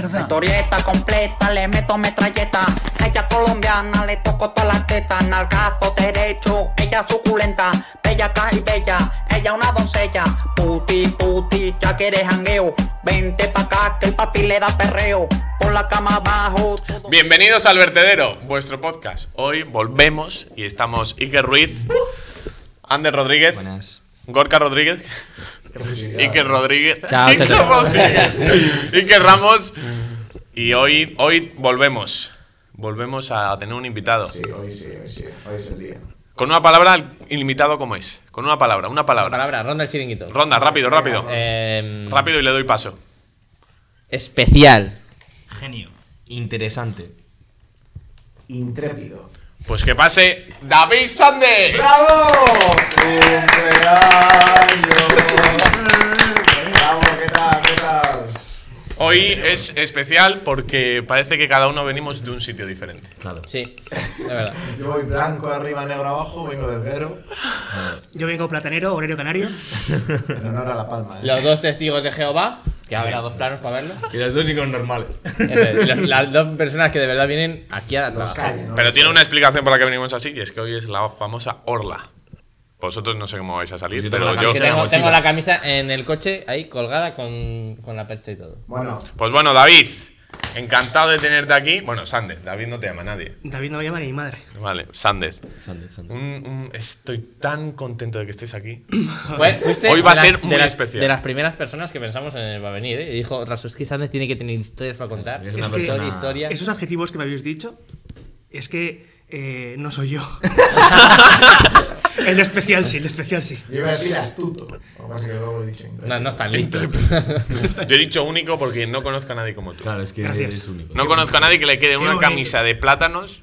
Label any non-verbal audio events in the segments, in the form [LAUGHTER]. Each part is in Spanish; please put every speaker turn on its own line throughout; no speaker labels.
verdad.
Historieta completa, le meto metralleta. Ella colombiana, le toco todas las tetas. Nalgazo derecho, ella suculenta. Bella caja y bella, ella una doncella. Puti, puti, ya que eres jangueo. Vente pa' acá que el papi le da perreo. Por la cama abajo. todo-
Bienvenidos al Vertedero, vuestro podcast. Hoy volvemos y estamos Iker Ruiz, Ander Rodríguez,
Buenas.
Gorka Rodríguez, Iker Rodríguez,
Chao, chao,
Iker
chao.
Rodríguez, Iker Ramos. Y hoy, hoy volvemos. Volvemos a tener un invitado.
Sí, hoy sí, hoy sí. Hoy es el día.
Con una palabra, el ilimitado como es. Con una palabra, una palabra.
Palabra, ronda el chiringuito.
Ronda, rápido, rápido.
Em,
Rápido y le doy paso.
Especial.
Genio.
Interesante.
Intrépido.
Pues que pase David Sande.
¡Bravo! ¡Bravo! ¿Qué tal? ¿Qué tal?
Hoy es especial porque parece que cada uno venimos de un sitio diferente.
Claro.
Sí, es verdad.
Yo voy blanco arriba, negro abajo, vengo del Vero.
Yo vengo platanero, obrero canario.
En honor a La Palma. ¿eh?
Los dos testigos de Jehová, que habrá dos planos para verlo.
Y las dos ni con normales.
Ese, los- las dos personas que de verdad vienen aquí a
Los
trabajar.
calles, ¿no?
Pero tiene una explicación para la que venimos así y es que hoy es la famosa orla. Vosotros no sé cómo vais a salir,
Pues yo tengo
pero yo...
la
Que
camiseta
tengo,
mochila.
tengo la camisa en el coche ahí colgada con, con la percha y todo.
Bueno,
Pues bueno, David, encantado de tenerte aquí. Bueno, Sandez, David no te llama nadie.
David no me llama ni mi madre.
Vale, Sandez.
Sande, sande.
Un- un- estoy tan contento de que estés aquí. [LAUGHS]
Fue- fuiste
Hoy va a
de
ser muy
de
especial.
De las primeras personas que pensamos en va a venir, ¿eh? Y dijo, Rasuski Sánchez tiene que tener historias para contar.
Es una
Historia,
persona-
historia.
Esos adjetivos que me habéis dicho es que eh, no
[LAUGHS]
soy yo. el especial sí, el especial sí.
yo iba a decir astuto. Lo que pasa es que luego he dicho intrépido.
No, no están listos.
Yo he dicho único porque no conozco a nadie como tú.
Claro, es que
Gracias.
eres único.
No conozco a nadie que le quede una
bonito.
camisa de plátanos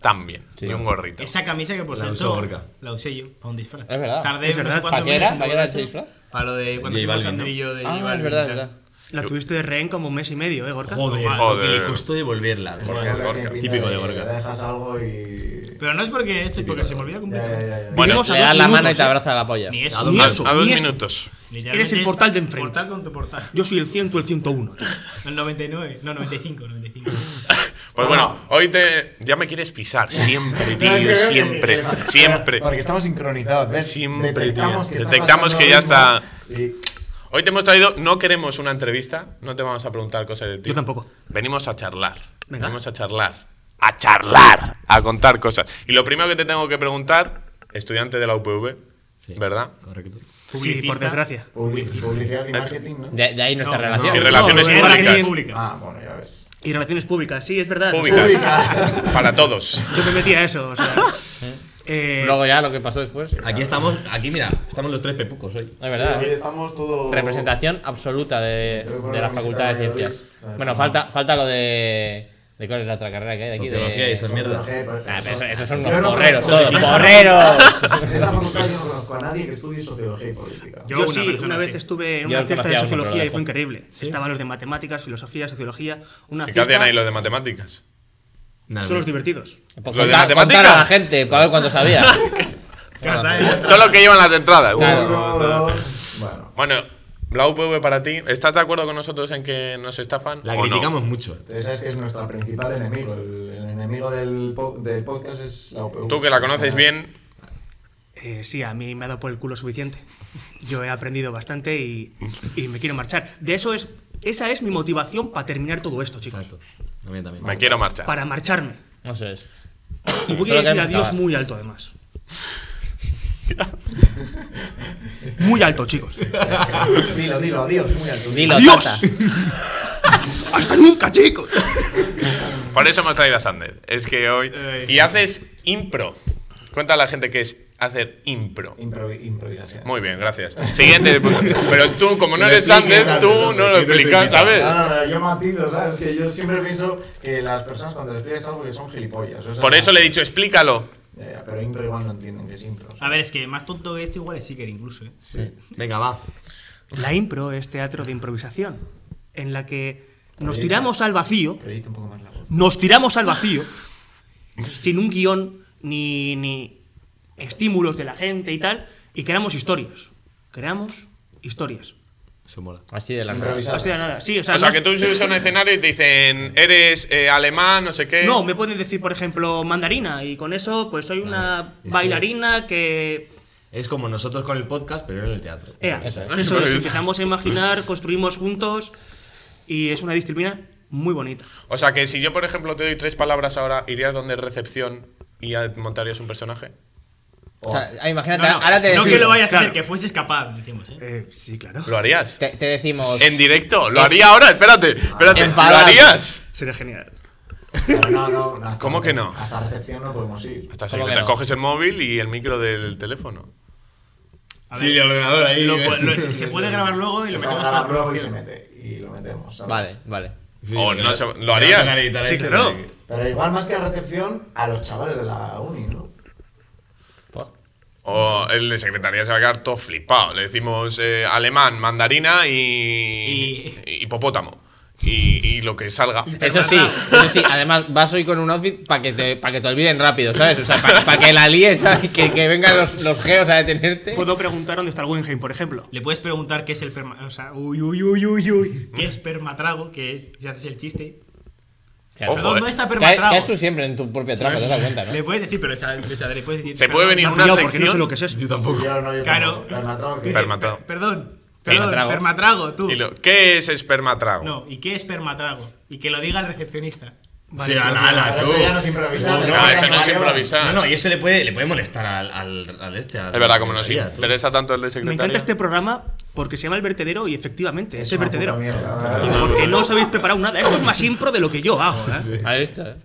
tan bien.
Sí.
Y un gorrito.
Esa camisa que por
La usó
cierto
Gorka.
la usé yo para un disfraz.
Es verdad.
Tardé
Es
no sé
verdad.
cuántos
¿Para qué era?
meses en
¿Para qué era
volver a
ese
hacer-
disfás?
Para lo de
J
cuando fuimos
Balvin, ¿no?
Andrillo de J
Ah, es
Balvin
verdad,
y
es
tal.
verdad.
La
Yo-
tuviste de rehén como un mes y medio, ¿eh, Gorka?
Joder,
Joder.
es que le costó devolverla.
Porque es Gorka.
Típico de
Gorka.
Gorka.
Dejas algo y.
Pero no es porque esto, es porque se me olvida
Ya, ya,
completamente.
ya, ya.
Bueno,
[LAUGHS]
Vivimos a
Le das
dos
la mano y
minutos,
te
¿eh?
abraza la polla.
Ni eso.
A
Ni
A-
eso,
a dos
ni eso.
minutos. [LAUGHS]
Literalmente
Eres el
es
portal de enfrente.
Portal con tu portal. [LAUGHS]
Yo soy el 100, tú el 101. tío.
El 99, no, 95, 95.
Pues bueno, hoy te. Ya me quieres pisar.
[LAUGHS]
Siempre, tío. Siempre. Siempre.
[LAUGHS] Porque estamos sincronizados, ¿ves?
Siempre,
Detectamos
tío.
que está
Detectamos que
pasando
ya
algo y-
Hoy te hemos traído. No queremos una entrevista. No te vamos a preguntar cosas de ti.
Yo tampoco.
Venimos a charlar.
Venga.
Venimos a charlar. A charlar. A contar cosas. Y lo primero que te tengo que preguntar, estudiante de la UPV,
Sí.
[LAUGHS]
¿verdad?
Correcto.
Sí, por
Publicista.
desgracia.
Public-
Eh,
Publicidad y marketing, ¿no?
De, de ahí nuestra
No,
relación.
Y relaciones
no,
Era
públicas.
relaciones públicas.
Ah, bueno, ya ves.
Y relaciones públicas, sí, es verdad.
Públicas. Para
[LAUGHS]
todos.
Yo me metí a eso, o sea. eh,
Luego ya lo que pasó después. Es
Aquí estamos, aquí mira, estamos los tres pepucos hoy.
verdad.
Sí, estamos todo.
Representación absoluta de,
Yo con
de
la
la Facultad de
camiseta de
Ciencias.
Madrid.
Bueno, falta, falta lo de. ¿De cuál es la otra carrera que hay de aquí?
Sociología y esas
De...
mierdas.
Eh, pues,
Ah, pero eso- esos son
Yo
unos
no
borreros, todos.
conozco- [LAUGHS]
¡Borreros!
En esta facultad yo no conozco a nadie que estudie sociología y política.
Yo,
Yo una
sí,
persona
una vez
así.
estuve en
Yo
una fiesta
conocía
de
a uno, pero
sociología
lo
y
dejo.
fue increíble. Estaban los de matemáticas, filosofía, sociología. Una
¿Y qué hacían
fiesta.
ahí los de matemáticas?
Nada,
Son los divertidos.
Pues
¿Lo de
contar,
matemáticas?
contar a la gente para ver cuánto sabía.
Son los que llevan las entradas. Uh.
Uno, dos. Bueno,
Bueno, la UPV para ti, ¿estás de acuerdo con nosotros en que nos estafan?
La
o no?
criticamos mucho.
entonces sabes que es nuestro principal enemigo. El, el enemigo del, po- del podcast es la UPV.
Tú que la conoces bien,
Eh, sí, a mí me ha dado por el culo suficiente. Yo he aprendido bastante y, y me quiero marchar. De eso es. Esa es mi motivación para terminar todo esto, chicos.
Exacto. A mí también.
me quiero marchar.
Para marcharme.
No sé. es-
Y voy
Creo
a
que
decir
hemos
adiós
acabado.
muy alto, además. Muy alto, chicos.
[LAUGHS] Dilo, dilo, adiós. Muy alto.
Dilo,
¡Adiós!
tata.
¡Hasta nunca, chicos!
Por eso hemos traído a Sander. Es que hoy.
Ay.
Y haces impro. Cuenta a la gente que es hacer impro.
Improvi- improvisación.
Muy bien, gracias. Siguiente. Pero tú, como no
Lo
eres
expliques
Sander,
antes,
tú
¿no?
no lo
Y tú te
explicas,
invitas.
¿sabes?
No, no, no, yo matizo, ¿sabes? Que yo siempre pienso que las personas cuando les pides algo que son gilipollas. o sea,
Por eso le he dicho, explícalo.
Ya, ya, pero impro igual no entienden que es impro.
Ah.
A ver, es que más tonto que esto igual es Seeker incluso, ¿eh?
Sí.
Venga, va.
La impro es teatro de improvisación, en la que nos tiramos al vacío,
Proyecta un poco más la voz.
nos tiramos al vacío, sin un guión ni, ni estímulos de la gente y tal, y creamos historias. Creamos historias.
Eso mola.
Así de la nada.
Improvisado.
O sea, nada. Sí, o sea,
O sea,
no
que
es-
tú subes a un escenario y te dicen, eres eh, alemán, no sé qué.
No, me pueden decir, por ejemplo, mandarina. Y con eso, pues soy una
Ah, es que-
bailarina que.
Es como nosotros con el podcast, pero en el teatro.
Ea,
Esa es.
eso es.
Esa.
Empezamos a imaginar, construimos juntos. Y es una disciplina muy bonita.
O sea, que si yo, por ejemplo, te doy tres palabras ahora, irías donde recepción y ya montarías un personaje.
O sea, ah, imagínate,
No, no,
ahora te
no
decimos.
que lo vayas a
claro.
hacer, que fueses capaz, decimos, ¿eh?
Eh, sí, claro.
¿Lo harías?
te, te decimos.
En directo, lo haría ahora, espérate, espérate, ¿lo
Enfadado.
harías?
Sería genial.
Pero no, no, no, hasta
¿Cómo que no?
Hasta recepción no podemos ir.
Hasta
¿Cómo
que
que
te
no?
coges el móvil y el micro del teléfono.
A
Sí,
ver,
el ordenador ahí.
lo
¿eh?
pu- lo- se- se puede grabar luego y
Se
lo
va a
metemos
grabar
para
luego y se
producción.
mete. Y lo metemos. ¿sabes?
Vale, vale.
Sí,
O
que-
no se- ¿lo
que va a
harías?
tocar la guitarra
Sí,
ahí,
claro.
que-
Pero igual más que a recepción, a los chavales de la uni, ¿no?
O el de secretaría se va a quedar todo flipado. Le decimos eh, alemán, mandarina y, y hipopótamo. Y, y lo que salga.
Eso sí, eso sí. Además, vas hoy con un outfit para que, te- pa' que te olviden rápido, ¿sabes? O sea, para que la líes, ¿sabes? Que, que vengan los, los geos a detenerte.
Puedo preguntar dónde está el Wenheim, por ejemplo.
Le puedes preguntar qué es el perma. O sea, uy, uy, uy, uy, uy. ¿Qué es permatrago? ¿Qué es? Si haces el chiste.
Claro.
Ojo,
Perdón,
eh.
no está
Caes, caes
permatrago.
tú siempre en tu propia trampa, te das cuenta, ¿no?
Le puedes decir, pero o sea, o sea, le puedes decir.
Se puede
perdón,
venir
no,
una
Pillado, porque no sé
sección.
lo que es esto.
Yo tampoco.
Yo no, yo
Claro.
tampoco. Permatrón, ¿qué?
Permatrago.
Perdón, perdón,
Permatrago.
permatrago, tú.
Y lo- ¿Qué es espermatrago?
No, ¿y qué es permatrago? Y que lo diga el recepcionista.
Sí, ala, ala,
Pero
tú.
eso ya no es improvisar.
No, eso no es improvisar.
No, no, y eso le puede, le puede molestar al, al, al este. al-
Es verdad, como nos
secretaría, tú.
interesa tanto el de
Me
secretaría.
encanta este programa porque se llama El Vertedero y efectivamente es, el
una puta
vertedero.
mierda.
Y porque no os habéis preparado nada. Esto es más impro de lo que yo hago, ¿eh?
¿Has visto? eh?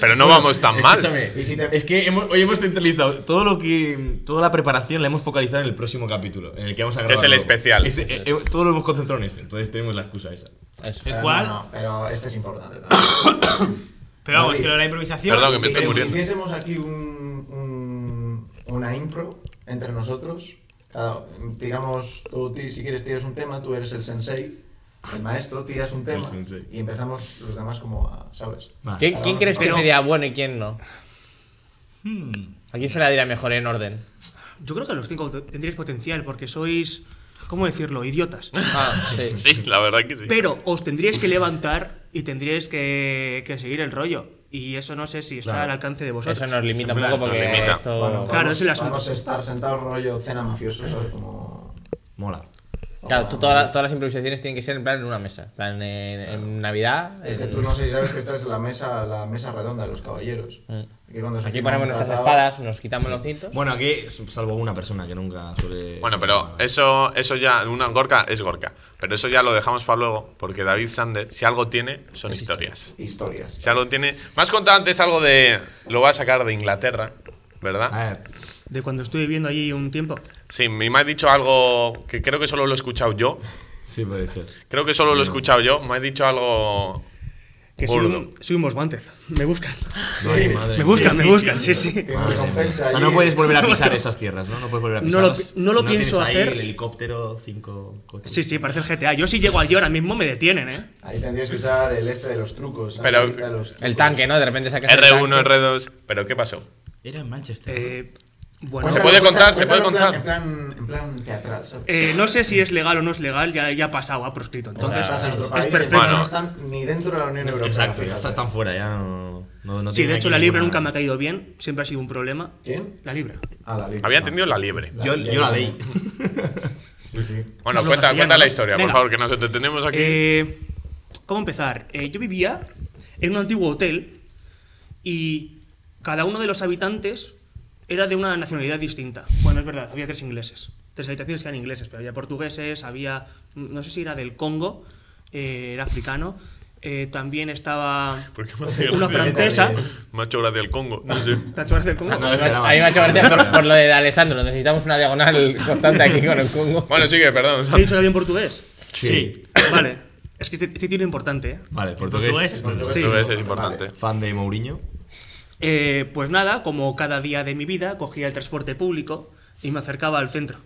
Pero no vamos tan mal.
Escúchame,
Y si te-
es que hemos- hoy hemos centralizado todo lo que. Toda la preparación la hemos focalizado en el próximo capítulo, en el que vamos a
Que
grabar.
es el
luego.
especial.
Ese- eh, eh, todo lo hemos concentrado en ese, entonces tenemos la excusa esa.
Eso.
El
Pero
cual.
Ah, No, no, pero este es importante también.
Pero vamos, que lo de la improvisación.
Perdón, que me
sí
estoy
Pero si
muriendo.
hiciésemos aquí un, un- una impro entre nosotros, cada- digamos, tú ti- si quieres tiras un tema, tú eres el sensei, el maestro, tiras un tema
sensei.
y empezamos los demás como a, ¿sabes?
Vale.
¿Quién, quién crees que
Pero-
sería bueno y quién no? ¿A quién se la dirá mejor en orden?
Yo creo que los cinco tendríais potencial porque sois, ¿cómo decirlo?, idiotas.
Ah, sí.
Sí, la verdad que sí.
Pero os tendríais que levantar y tendríais que, que seguir el rollo. Y eso no sé si está al alcance de vosotros.
Eso nos limita un
plan,
poco porque
nos limita.
esto.
Bueno,
Claro,
vamos-
es el asunto.
Vamos a estar sentados rollo cena mafioso, ¿sabes? Como...
Mola.
Claro, tú, toda la- todas las improvisaciones tienen que ser en plan en una mesa. En plan, en, en Navidad.
Eh,
Es que
en-
tú eh, no sé si sabes que esta es la mesa, la mesa redonda de los caballeros.
Eh.
Aquí, cuando se
Aquí
firma un
ponemos nuestras
tratado-
espadas, nos quitamos los cintos.
Bueno, aquí, salvo una persona que nunca suele.
Bueno, pero eso, eso ya, una gorca es gorca. Pero eso ya lo dejamos para luego, porque David Sández, si algo tiene, son historias.
Historias.
Si algo tiene. Me has contado antes algo de. Lo va a sacar de Inglaterra, ¿verdad?
A ver,
De cuando estuve viviendo allí un tiempo.
Sí, me me has dicho algo que creo que solo lo he escuchado yo.
sí puede ser.
Creo que
Mm.
solo lo he escuchado yo. Me has dicho algo.
Que soy
Gordo.
un, soy un guantes. Me buscan.
Ay, madre
Me
mía.
buscan, me buscan. Sí, sí.
Tiene recompensa
O sea,
allí.
no puedes volver a
[LAUGHS]
pisar esas tierras, ¿no? No puedes volver a
No
pisar.
lo pi- no lo pienso hacer.
el helicóptero, cinco coches.
Sí, sí, parece el GTA. Yo si llego allí ahora mismo me detienen, ¿eh?
Ahí tendrías que usar el este de los trucos. ¿sabes?
Pero-
El este de los trucos.
El tanque, ¿no? De repente sacas. el
R1,
tanque.
R2. Pero ¿qué pasó?
Era en Manchester.
Eh, bueno,
Cuéntalo,
Se puede contar, se puede
cuéntalo en
contar.
plan- En plan, en plan teatral, ¿sabes?
eh, no sé si es legal o no es legal, ya, ya ha pasado, ha proscrito. Entonces,
Estás en otro
es
país y
perfecto.
No
Bueno.
están ni dentro de la Unión
No,
Europea.
exacto, ya
fíjate.
está- están fuera, ya no. no, no
Sí, de
tienen aquí
hecho la Libra
ninguna-
nunca me ha caído bien, siempre ha sido un problema.
¿Quién?
La Libra.
Ah, la Liga.
Había entendido la liebre.
Yo, yo la leí.
Sí, sí.
Bueno,
No,
cuenta,
castellano,
cuenta la
¿no?
historia, por
Venga.
favor, que nos entretenemos aquí.
Eh, ¿Cómo empezar? Eh, yo vivía en un antiguo hotel y cada uno de los habitantes era de una nacionalidad distinta. Bueno, es verdad, había tres ingleses. Tres habitaciones que eran ingleses, pero había portugueses, había, no sé si era del Congo, eh, era africano. eh, también estaba
Pues,
¿Por qué me hace
una
gracia?
francesa.
Macho gracia del Congo, no sé.
¿Tatuajes del
Ah,
Congo?
No, esperaba.
A mí me ha hecho gracia por, por lo de Alessandro. Necesitamos una diagonal constante aquí con el Congo.
Bueno, sigue, perdón.
¿He dicho que había en portugués?
[LAUGHS] Sí.
Vale. Es que este, este tiene importante, ¿eh?
Vale,
portugués.
portugués.
Sí.
Eso es, es importante.
Fan de Mourinho.
Eh, pues nada, como cada día de mi vida, cogía el transporte público y me acercaba al centro,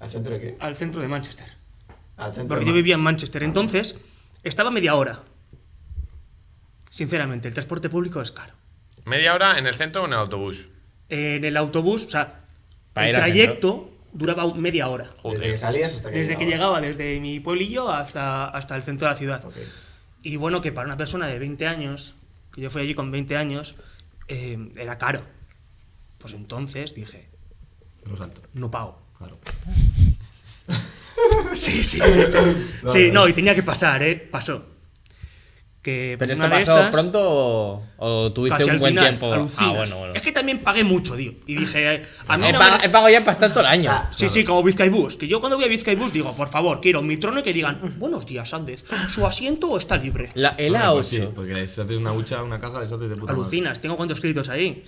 ¿Al centro de qué?
al centro de Manchester.
Al centro
Porque
de
yo vivía en Manchester, entonces estaba media hora. Sinceramente, el transporte público es caro.
¿Media hora en el centro o en el autobús?
En el autobús, o sea,
Para
el
ir al
trayecto duraba un- media hora.
Desde que
Joder.
salías hasta que
Desde que
llegabas.
llegaba desde mi pueblillo hasta, hasta el centro de la ciudad.
Ok.
Y bueno, que para una persona de 20 años, que yo fui allí con 20 años, eh, era caro. Pues entonces dije,
Lo salto,
no pago.
claro.
[LAUGHS] Sí, sí, sí. Sí,
No,
Sí,
no.
no, y tenía que pasar, ¿eh? Pasó. Que
¿Pero
pues,
esto
una de
pasó
estas-
pronto o, o tuviste un
Casi al
buen
final,
tiempo?
alucinas.
Ah, bueno, bueno.
Es que también pagué mucho, tío. Y dije, eh, a mí
He,
no
pa-
me-
he pagado ya para estar todo el año.
Ah,
Sí, sí, como Vizcaibus. Que yo cuando voy a Vizcaibus digo, por favor, quiero mi trono y que digan, buenos días, Andes. ¿Su asiento está libre?
La, el
Bueno, pues sí,
A8.
porque les haces una hucha, una caja, les haces de puta madre.
Alucinas, tengo cuántos créditos ahí.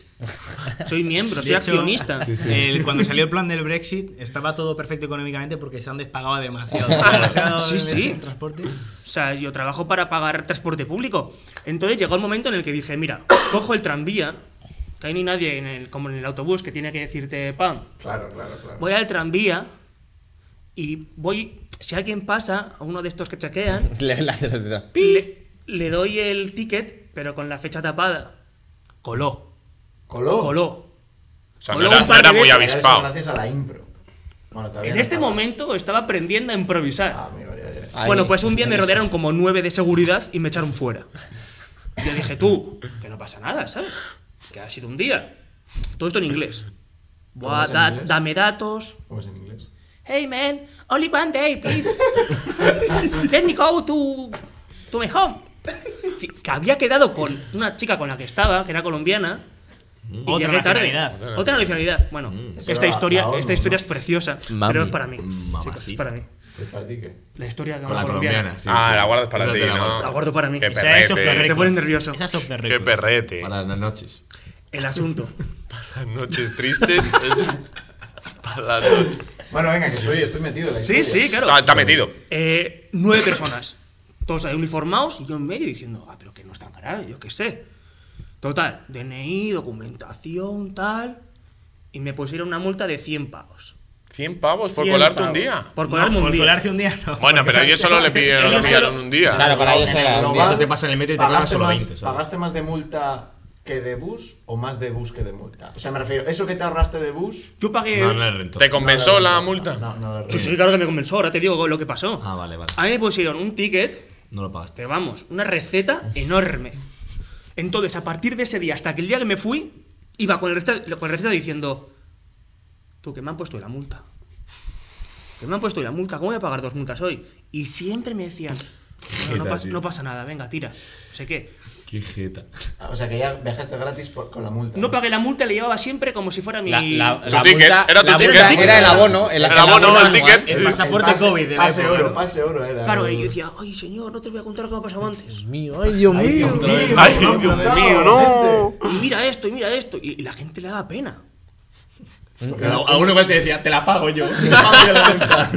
Soy miembro, soy
De hecho,
accionista. [LAUGHS]
Sí, sí.
el- Eh, cuando salió el plan del Brexit, estaba todo perfecto económicamente porque Sandes pagaba demasiado.
Ah,
demasiado
sí,
en
sí.
este transporte.
O sea, yo trabajo para pagar transporte público. Entonces llegó el momento en el que dije, mira, cojo el tranvía, que ahí ni nadie en el, como en el autobús que tiene que decirte pan.
Claro, claro, claro.
Voy al tranvía y voy, si alguien pasa, a uno de estos que chequean,
pues.
[LAUGHS] Le, le haces el detrás.
le, le doy el ticket, pero con la fecha tapada. Coló,
Coló.
coló.
O sea,
Coló
no era,
un par
no era
de
muy
veces.
Era eso
¿eh?
avispado.
Gracias a la impro. Bueno, todavía
En
no
este
estaba.
momento estaba aprendiendo a
Ah,
improvisar.
amigo, ya, ya.
Ahí.
Bueno, pues un día me rodearon como nueve de seguridad y me echaron fuera. Yo dije, tú, que no pasa nada, ¿sabes? Que ha sido un día. Todo esto en inglés.
¿Cómo
Buah,
es en
da-
inglés?
dame datos.
¿Cómo es en inglés?
Hey man, only one day, please. [LAUGHS] Let me go to, to my home. Que había quedado con una chica con la que estaba, que era colombiana. y
Otra
llegué tarde.
nacionalidad.
Otra nacionalidad. Bueno,
Eso
esta
era
historia,
la ONU,
esta historia
¿no?
es preciosa,
Mami.
pero es para mí.
Mamá,
Chicos,
sí.
Es para mí.
¿Qué para ti qué?
La historia que
Con la
amo
colombiana, sí.
ah,
sí.
la guardas para
Esa
ti,
te la
¿no?
La guardo para mí.
Qué
Esa
es off the
perrete.
Te
record.
pones nervioso.
Esa es off
Qué
the record.
perrete.
Para las noches.
El asunto.
Las [LAUGHS] noches tristes.
[LAUGHS]
es- Para las noches.
Bueno, venga, que estoy, estoy metido en la
Sí,
historia.
sí, claro.
Está, está metido.
Eh, nueve personas. Todos ahí uniformados y yo en medio diciendo, ah, pero que no es tan grave, yo qué sé. Total, DNI, documentación, tal. Y me pusieron una multa de 100 pavos.
100 pavos por
100
colarte un
pavos.
día.
Por colarme
No,
un
por
día.
colarse un día no.
Bueno, pero ellos solo le
[LAUGHS]
pidieron, le
Ellos
pillaron
solo-
un día.
Ah,
Claro, para ellos
En el
era.
global,
Eso te pasa en el metro y te clavan
¿pagaste
solo
más-
20, ¿sabes?
¿Pagaste más de multa que de bus o más de bus que de multa? O sea, me refiero, eso que te ahorraste de bus.
Yo pagué...
No, no es rento.
¿Te compensó
no, no,
la
no,
multa?
No, no, no, no,
Sí, sí, claro que me convenció, ahora te digo lo que pasó.
Ah, vale, vale.
A mí me pusieron un ticket
No lo pagaste.
Pero vamos, una receta enorme. Entonces, a partir de ese día, hasta que el día que me fui, iba con el receta, con el receta diciendo: Tú, que me han puesto hoy la multa. Que me han puesto hoy la multa, ¿cómo voy a pagar dos multas hoy? Y siempre me decían: No, no
Qué
pas-
tal,
no pasa nada, venga, tira. No sé qué.
Qué jeta.
[LAUGHS]
O sea, que ya viajaste gratis por- con la multa.
No pagué la multa, le llevaba siempre como si fuera mi.
La, la,
Tu
la
ticket,
multa,
era tu
la
ticket.
multa era el abono. El,
El abono, el ticket.
anual.
El
Sí.
pasaporte
pase-
COVID de la
Pase
época,
oro,
¿no?
pase oro era.
Claro,
el-
y yo decía: Ay, señor, no te voy a contar lo que me ha pasado antes.
Mío, ay, Dios
Ay, Dios
mío.
mío,
Ay,
no,
Dios
no,
mío, no.
Y mira esto, y mira esto. Y y la gente le daba pena.
A uno igual te decía, te la pago yo. Te la pago yo la [LAUGHS] multa.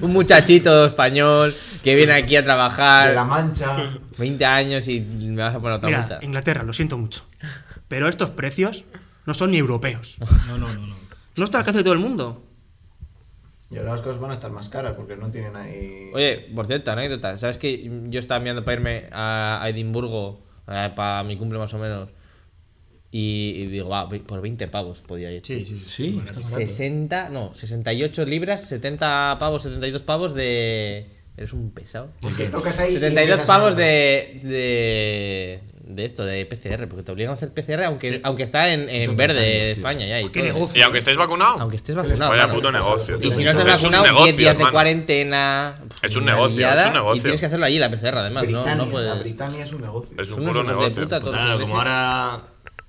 Un muchachito español que viene aquí a
De la
trabajar
mancha.
20 años y me vas a poner otra
Mira,
multa.
Inglaterra, lo siento mucho. Pero estos precios no son ni europeos.
No, no, no, no.
No está al alcance de todo el mundo.
Y ahora las cosas van a estar más caras porque no tienen ahí.
Oye, por cierto, anécdota. ¿Sabes que yo estaba mirando para irme a a Edimburgo eh, para mi cumple más o menos? Y, y digo, va, ve- por 20 pavos podía ir.
Sí, sí, sí.
Sí,
60, no, 68 libras, 70 pavos, 72 pavos de... Eres un pesado.
Que tocas ahí y
72
empiezas a-
pavos de, de... de esto, de PCR, porque te obligan a hacer PCR aunque, aunque está en, en
Total,
verde
tío.
España ya. y
Qué
todo.
negocio.
Y aunque estéis vacunados.
Aunque estés
les
vacunado.
pasa?
Vaya
claro.
puto negocio, tío.
Y si no estás
Es un
vacunado, 10
negocio,
días de
hermano.
cuarentena.
Es un
una
negocio,
liada,
es un negocio.
Y tienes que hacerlo allí, la PCR, además.
Britannia,
no, no puedes.
la Britannia es un negocio.
Es
Son
un
unos
puro
hijos de
negocio.
puta, todos
Claro,
los
como
ingleses.
ahora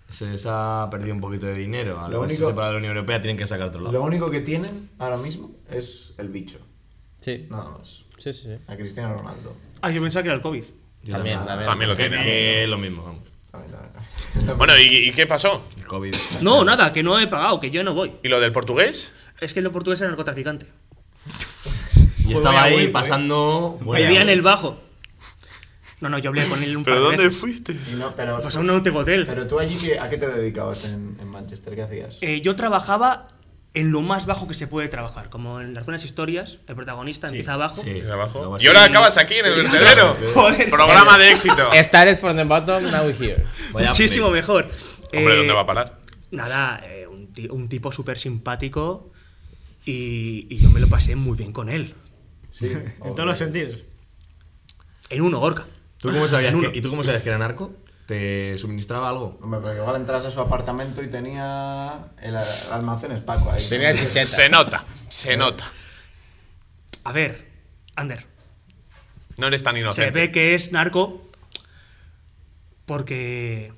se les ha perdido un poquito de dinero. Al
Lo
haberse
único-
separado de la Unión Europea tienen que sacar otro
Lo
lado.
único que tienen ahora mismo es el bicho.
Sí.
Nada más.
sí, sí, sí.
A Cristiano Ronaldo.
Ah, yo pensaba que era el COVID.
Yo
También, también.
También lo
Que-
tienen.
que es lo mismo, vamos.
A ver, a ver. [LAUGHS]
Bueno, ¿y, y qué pasó?
El COVID.
No, nada, que no he pagado, que yo no voy.
¿Y lo del portugués?
Es que el portugués era narcotraficante.
Y estaba
Vaya
ahí
vuelco, eh.
pasando.
Vaya
Vivía en
bueno.
el bajo. No, no, yo hablé con él un
Ah,
par de
¿eh?
veces.
fuiste?
Y no, pero,
Pues a un hotel. hotel.
pero tú allí, ¿qué- ¿a qué te dedicabas en, en Manchester? ¿Qué hacías?
Eh, yo trabajaba en lo más bajo que se puede trabajar. Como en las buenas historias, el protagonista empieza abajo.
sí.
De abajo.
Luego
Y ahora
estoy-
acabas aquí en el vertedero.
Joder.
Programa de éxito.
Started from the bottom, now we're here.
Vaya
Muchísimo
play.
mejor.
Hombre,
Eh,
¿dónde va a parar?
Nada, eh, un, ti- un tipo súper simpático Y, y yo me lo pasé muy bien con él.
Sí.
[LAUGHS] En todos los sentidos.
En uno, Orca.
¿Tú cómo sabías
En
que,
uno.
¿Y tú cómo sabías que era narco? ¿Te suministraba algo?
Hombre, pero igual entras a su apartamento y tenía el, el almacén es Paco ahí.
Tenía
Se
60.
nota, se nota.
A ver, Ander,
No eres tan
se
inocente.
ve que es narco porque...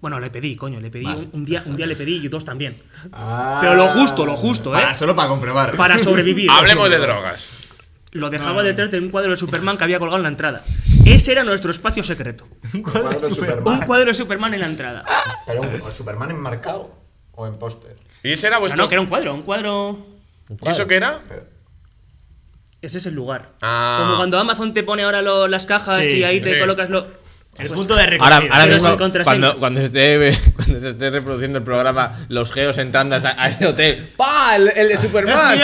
Bueno, le pedí, coño, le pedí
Vale,
un- un día, un día le pedí y dos también.
Ah.
Pero lo justo, lo justo, ¿eh?
Para- solo para comprobar.
[LAUGHS]
Para sobrevivir.
Hablemos de drogas.
Lo dejaba detrás de un cuadro de Superman que había colgado en la entrada. Ese era nuestro espacio secreto.
Un cuadro de
Cuadro de
Superman.
Un
Superman.
cuadro de Superman en la entrada.
Pero un, ¿o Superman enmarcado o en póster.
¿Y ese era
Ah, No,
vuestro?
no, que era un cuadro, un cuadro.
¿Y eso qué era?
Pero-
Ese es el lugar.
Ah.
Como cuando Amazon te pone ahora lo- las cajas
Sí,
y ahí
sí,
te
sí.
colocas lo.
El
Pues,
punto de recorrido.
Ahora, ahora
Pero
mismo,
sin contraseña.
cuando, cuando se esté, [LAUGHS] cuando se esté reproduciendo el programa, los geos entrando a, esa- a ese hotel. ¡Pah! El, el de
[LAUGHS]
Superman.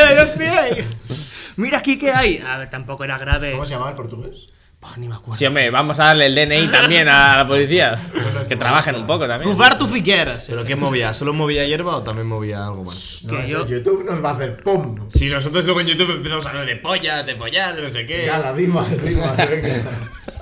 Mira aquí que hay. A ver, tampoco era grave.
¿Cómo se llamaba el portugués?
Buah, ni me acuerdo.
Sí, hombre, vamos a darle el DNI también a la policía. Que trabajen un poco también.
Cufar tu
eh.
fiqueras.
[LAUGHS] ¿Pero qué movía? ¿Solo movía hierba o también movía algo más?
Que
No,
yo-
eso YouTube nos va a hacer ¡pum!
Si nosotros luego en YouTube empezamos a hablar de pollas, de pollar, de no sé qué.
Ya la dimos, rimas, venga.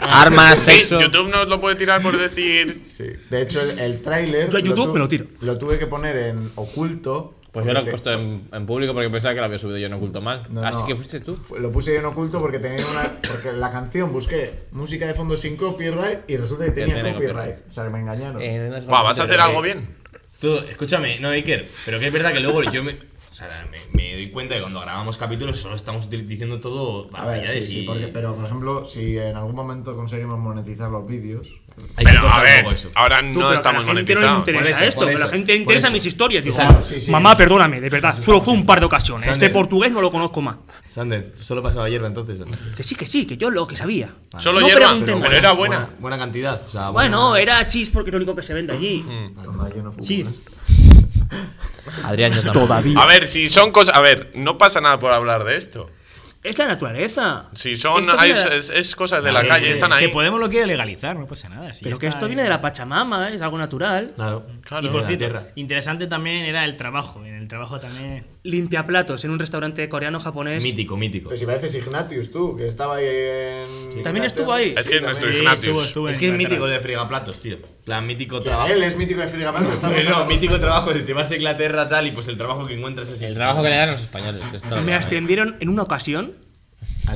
Ah,
Armas,
Sí,
sexo.
YouTube nos lo puede tirar por
[LAUGHS]
decir.
Sí. De hecho, el, el tráiler...
Yo a YouTube
tu-
me lo tiro.
Lo tuve que poner en oculto.
Pues yo lo he
porque te-
puesto en, en público porque pensaba que lo había subido yo en oculto mal.
No,
Así
no.
que fuiste tú.
Lo puse en oculto porque tenía una. Porque la canción busqué música de fondo sin copyright y resulta que tenía
tiene
copyright.
copyright.
O sea, me engañaron.
Eh, no es
Buah, vas a hacer
pero-
algo bien.
Tú, escúchame, no, Iker, pero que es verdad que luego yo me. O sea, me, me doy cuenta que cuando grabamos capítulos solo estamos util- diciendo todo.
a ver, sí,
barbaridades
sí,
y-
porque, pero por ejemplo, si en algún momento conseguimos monetizar los vídeos.
Hay que
Pero
cortar
a
un
ver,
poco eso.
ahora
Tú, pero
no
que
estamos
a la gente no le
monetizados.
interesa
Por eso,
esto,
por
pero a la
eso,
gente le
por
interesa
eso.
mis historias. Digo,
Exacto, sí, sí.
mamá, perdóname, de verdad. Solo fue un par de ocasiones. Este
Sander.
portugués no lo conozco más.
Sander, solo pasaba hierba entonces. ¿o no?
Que sí, que sí, que yo lo que sabía.
Vale.
Solo
No
hierba,
pregunten
pero,
más.
era buena.
buena. cantidad. O sea,
Bueno,
buena-
era chis porque es lo único que se vende allí.
Mm.
Cuando yo no fumo,
Cheese.
Adrián, yo Todavía.
A ver, si son cosas. A ver, no pasa nada por hablar de esto.
Es la naturaleza.
Si son.
Esto Ah,
hay-
viene de-
es, es cosas de
A
la
ver,
calle,
eh,
están
que
ahí.
Que Podemos lo quiere legalizar, no pasa nada. si
Pero
ya
que
está
esto
en-
viene de la Pachamama, ¿eh? es algo natural.
Claro.
Claro.
Y por
la
cierto,
tierra.
interesante también era el trabajo. En el trabajo también.
Limpia platos en un restaurante coreano-japonés.
Mítico, mítico.
Pues si pareces Ignatius tú, que estaba ahí en.
También estuvo ahí.
Es que es nuestro
también.
estuvo-
Ignatius.
estuvo
es
en
que es
Inglaterra.
mítico lo de fregaplatos, tío. Plan mítico
Que [LAUGHS]
trabajo. [LAUGHS]
Él es mítico de Frigamento.
Hombre, no, mítico trabajo de te vas a Inglaterra tal y pues el trabajo que encuentras es
El
ese.
trabajo que le dan los españoles. esto lo
Me
saben.
ascendieron en una ocasión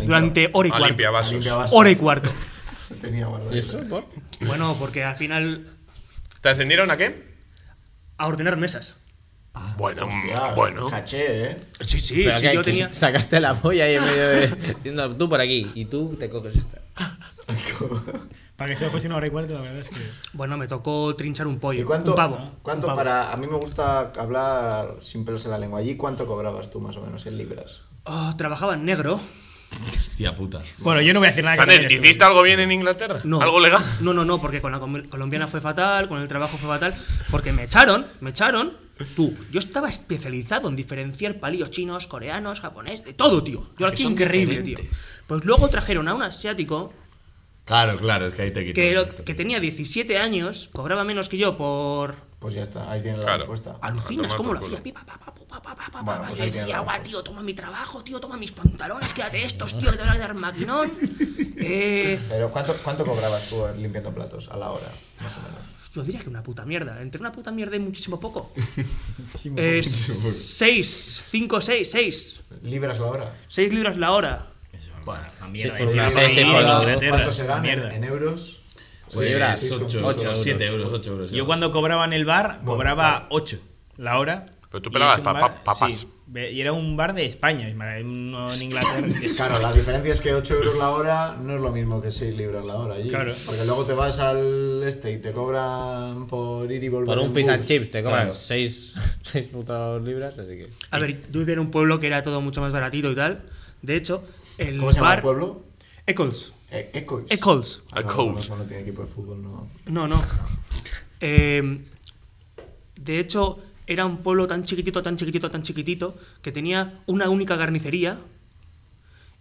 durante hora y
A
cuarto.
limpiavasos.
Hora y cuarto.
Tenía guardado.
¿Y eso? ¿Por?
Bueno, porque al final
¿Te ascendieron a qué?
a ordenar mesas. Ah,
Bueno,
Hostia,
bueno.
Caché, eh.
Sí, sí,
Pero
sí,
que
yo
aquí
tenía.
Sacaste la polla ahí en medio de. No, tú por aquí. Y tú te coges esta.
eh.
Para que solo fuese una hora y cuarto, la verdad es que.
Bueno, me tocó trinchar un pollo.
¿Y cuánto,
un pavo.
cuánto
un pavo.
para.? A mí me gusta hablar sin pelos en la lengua. Allí, ¿cuánto cobrabas tú más o menos en libras?
Oh, trabajaba en negro.
Hostia puta.
Bueno, yo no voy a decir nada. que
Sander,
también estuve-
¿hiciste algo bien en Inglaterra?
No.
¿Algo legal?
No, no, no, porque con la com- colombiana fue fatal, con el trabajo fue fatal, porque me echaron, me echaron. Tú, yo estaba especializado en diferenciar palillos chinos, coreanos, japonés, de todo, tío. Yo lo hacía
son
increíble, tío.
diferentes.
Pues luego trajeron a un asiático
Claro, claro, es que ahí te quito.
que, lo- que tenía 17 años, cobraba menos que yo por.
Pues ya está, ahí tiene la
Claro.
respuesta.
Alucinas,
A tomar
¿cómo
por
lo hacía?
culo.
Pi, pa, pa, pa, pu, pa, pa, pa, pa,
Bueno,
pa.
pues
Yo
ahí tiene
decía,
la
guau,
razón.
tío, toma mi trabajo, tío, toma mis pantalones, quédate estos, tío, que te van a
[LAUGHS]
dar maquinón. Eh,
Pero ¿cuánto, ¿cuánto cobrabas tú limpiando platos a la hora, más o menos?
Yo diría que una puta mierda. Entre una puta mierda y
[LAUGHS]
muchísimo poco. Eh, es 6, 5, 6, 6.
¿Libras la hora?
6 libras la hora.
Sí, por una seis, por
en
la-
Inglaterra,
¿Cuánto serán en,
mierda.
en euros?
Pues
Sí,
era
sí, sí,
8,
sí, sí,
8,
sí.
7 euros, 8 euros.
Yo cuando cobraba en el bar, cobraba 8 la hora.
Pero tú
Y
pelabas
es un
pa-
bar-
pa- papas.
sí, ve- y era un bar de España, no en Inglaterra.
Claro, la diferencia es que 8 euros la hora no es lo mismo que 6 libras la hora allí.
Claro.
Porque luego te vas al este y te cobran por ir y volver.
Por
en
un fish and
bus.
chips te cobran [LAUGHS]
Claro.
6 putas libras, así que.
A ver, yo vivía en un pueblo que era todo mucho más baratito y tal. De hecho, el
¿Cómo se llama
bar.
el pueblo?
Eccles.
E- Eccles.
Eccles.
Ah, no,
Eccles.
No, no tiene equipo de fútbol, no.
No, no. Eh, de hecho, era un pueblo tan chiquitito, tan chiquitito, tan chiquitito, que tenía una única carnicería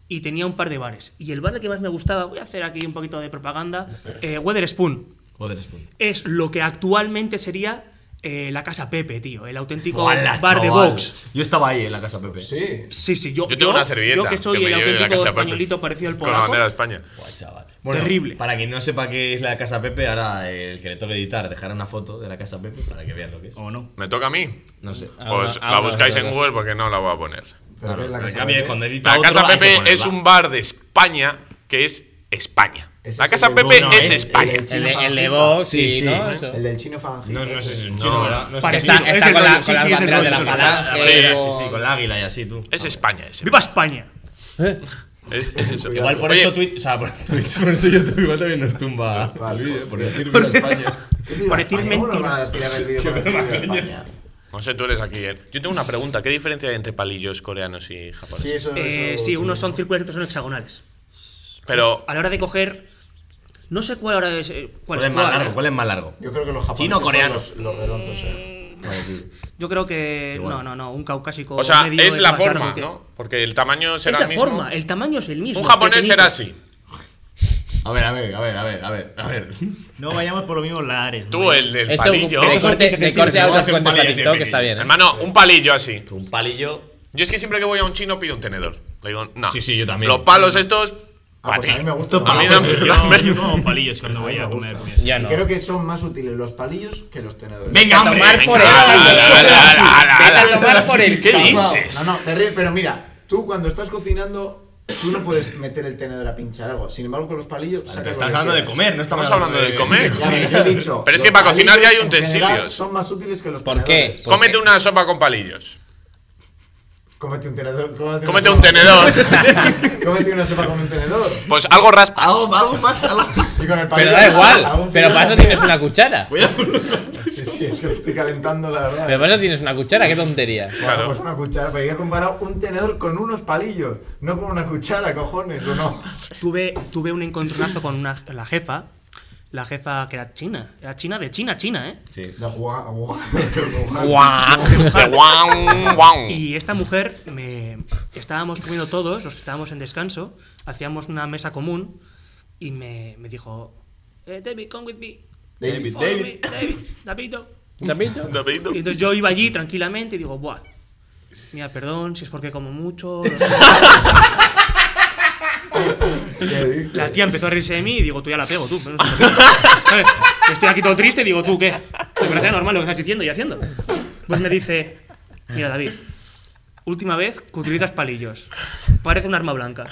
y tenía un par de bares. Y el bar que más me gustaba, voy a hacer aquí un poquito de propaganda, eh, Wetherspoon.
Joder, Spoon.
Es lo que actualmente sería eh, la Casa Pepe, tío. El auténtico
Hola,
bar de
chaval.
box.
Yo estaba ahí en la casa Pepe.
Sí.
Sí, sí, yo,
Yo tengo una servilleta.
Yo que soy
me
el
llevé de la
auténtico
casa de Pepe,
españolito parecido al
Con la
polaco.
bandera de España.
Guau, chaval.
Terrible.
Para quien no sepa qué es la casa Pepe, ahora eh, el que le toque editar dejará una foto de la casa Pepe para que vean lo que es.
¿O no?
¿Me toca a mí?
No sé. Ah,
Ahora-
Pues la
ahora
buscáis
lo
en
verás.
Google porque no la voy a poner.
Pero que es la
en
casa
cambio,
Pepe.
cuando edita
La
otro,
Casa
hay que
Pepe
ponerla.
es un bar de España que es España.
Ese
La
es
Casa
el de-
Pepe
no,
es
es-
España.
es-
El, de- el de
Sí,
Vox
sí,
y
sí. ¿eh?
¿no? Eso.
El del chino fangista.
No, no es
ese.
un
No,
chino, ¿verdad? No es
parecido.
chino.
Está, está
es del
con, la, con las
rollo, sí, sí, es del
banderas de la
rollo.
Ah,
falange.
Sí.
sí,
o-
sí, con la águila y así, tú.
Es España ese.
¡Viva España!
Es, es eso.
Igual por
Oye,
eso Twitch, o sea, por [LAUGHS] Twitch, por eso YouTube igual también nos tumba el vídeo, por decir viva España.
Por decir mentiras.
[LAUGHS]
mentiras.
No sé, tú eres aquí. ¿eh? Yo tengo una pregunta. ¿Qué diferencia hay entre palillos coreanos y japoneses?
Sí, eso
Eh,
eso-
sí, unos son circulares y otros son hexagonales.
Pero
A la hora de coger. No sé cuál ahora es. eh, ¿Cuál,
¿Cuál
es
es más
cuál,
largo?
eh.
¿Cuál es más largo?
Yo creo que los japoneses
Chino, coreano.
son los, los redondos. eh.
Yo creo que.
Igual.
No, no, no. Un caucásico.
O sea,
medio
es la
más
forma,
largo que-
¿no? Porque el tamaño será
Es la
el mismo.
forma, el tamaño es el mismo.
Un japonés
pequeñito.
será así.
A ver, a ver, a ver, a ver, a ver, a ver.
No vayamos por los mismos lares.
Tú, el del
Esto
palillo.
de corte, de
argentino,
corte
se
a
llama
otras
hacer
cuentas para
palillos,
TikTok
sí,
está bien. ¿eh?
Hermano, un palillo así.
Un palillo.
Yo es que siempre que voy a un chino pido un tenedor. Le digo, no.
Sí, sí, yo también.
Los palos estos.
Ah,
pa'
pues
ti.
a mí me gusta.
A mí dame- [LAUGHS]
Yo,
dame-
yo como palillos cuando voy a comer. comida.
Ya no.
Creo que son más útiles los palillos que los tenedores.
Venga,
Vete a
hombre.
tomar
venga,
por el
ala,
culo.
ala, ala, ala, ala,
Vete a
ala.
tomar por el
¿Qué
culo.
dices?
No, no, te ríes, pero mira, tú cuando estás cocinando, tú no puedes meter el tenedor a pinchar algo. Sin embargo, con los palillos. sacas
Pero
lo
estás
que
hablando de
quieras.
comer, no estamos
Estamos hablando de comer.
Ya, pero yo he dicho,
Pero es que
los
para cocinar ya hay
palillos, en
utensilios.
general, Son más útiles que los
¿Por qué?
tenedores.
Por-
Cómete una sopa con palillos.
Cómete un tenedor. Cómete,
Cómete
una
un
sopa-
tenedor.
[LAUGHS] Cómete una sopa con un tenedor.
Pues algo raspas.
[LAUGHS] Algo, algo más, algo más.
Y con el
Pero
palillo.
da igual.
algún
Pero
final-
para eso tienes una cuchara.
Sí, sí, es que lo estoy calentando, la verdad.
Pero para eso tienes una cuchara, qué tontería.
Bueno,
Claro.
pues una cuchara, pero yo he comparado un tenedor con unos palillos, no con una cuchara, cojones, ¿o no?
Tuve, tuve un encontronazo con una, la jefa. La jefa que era china. Era china de China, China, ¿eh?
Sí.
[LAUGHS] La guau, guau.
Guau, guau, guau.
Y esta mujer, me... estábamos comiendo todos, los que estábamos en descanso, hacíamos una mesa común y me, me dijo, "Eh, David, come with me.
David,
Follow
David.
me, David, Davido".
¿Tapito?
David.
Y [LAUGHS] entonces yo iba allí tranquilamente y digo, buah, mira, perdón, si es porque como mucho.
¿Qué dices?
La tía empezó a reírse de mí y digo, tú ya la pego, tú. ¿Sabes? Estoy aquí todo triste y digo, tú, ¿qué? Pues, Me parece normal lo que estás diciendo y haciendo. Pues me dice, mira, David, última vez que utilizas palillos. Parece un arma blanca.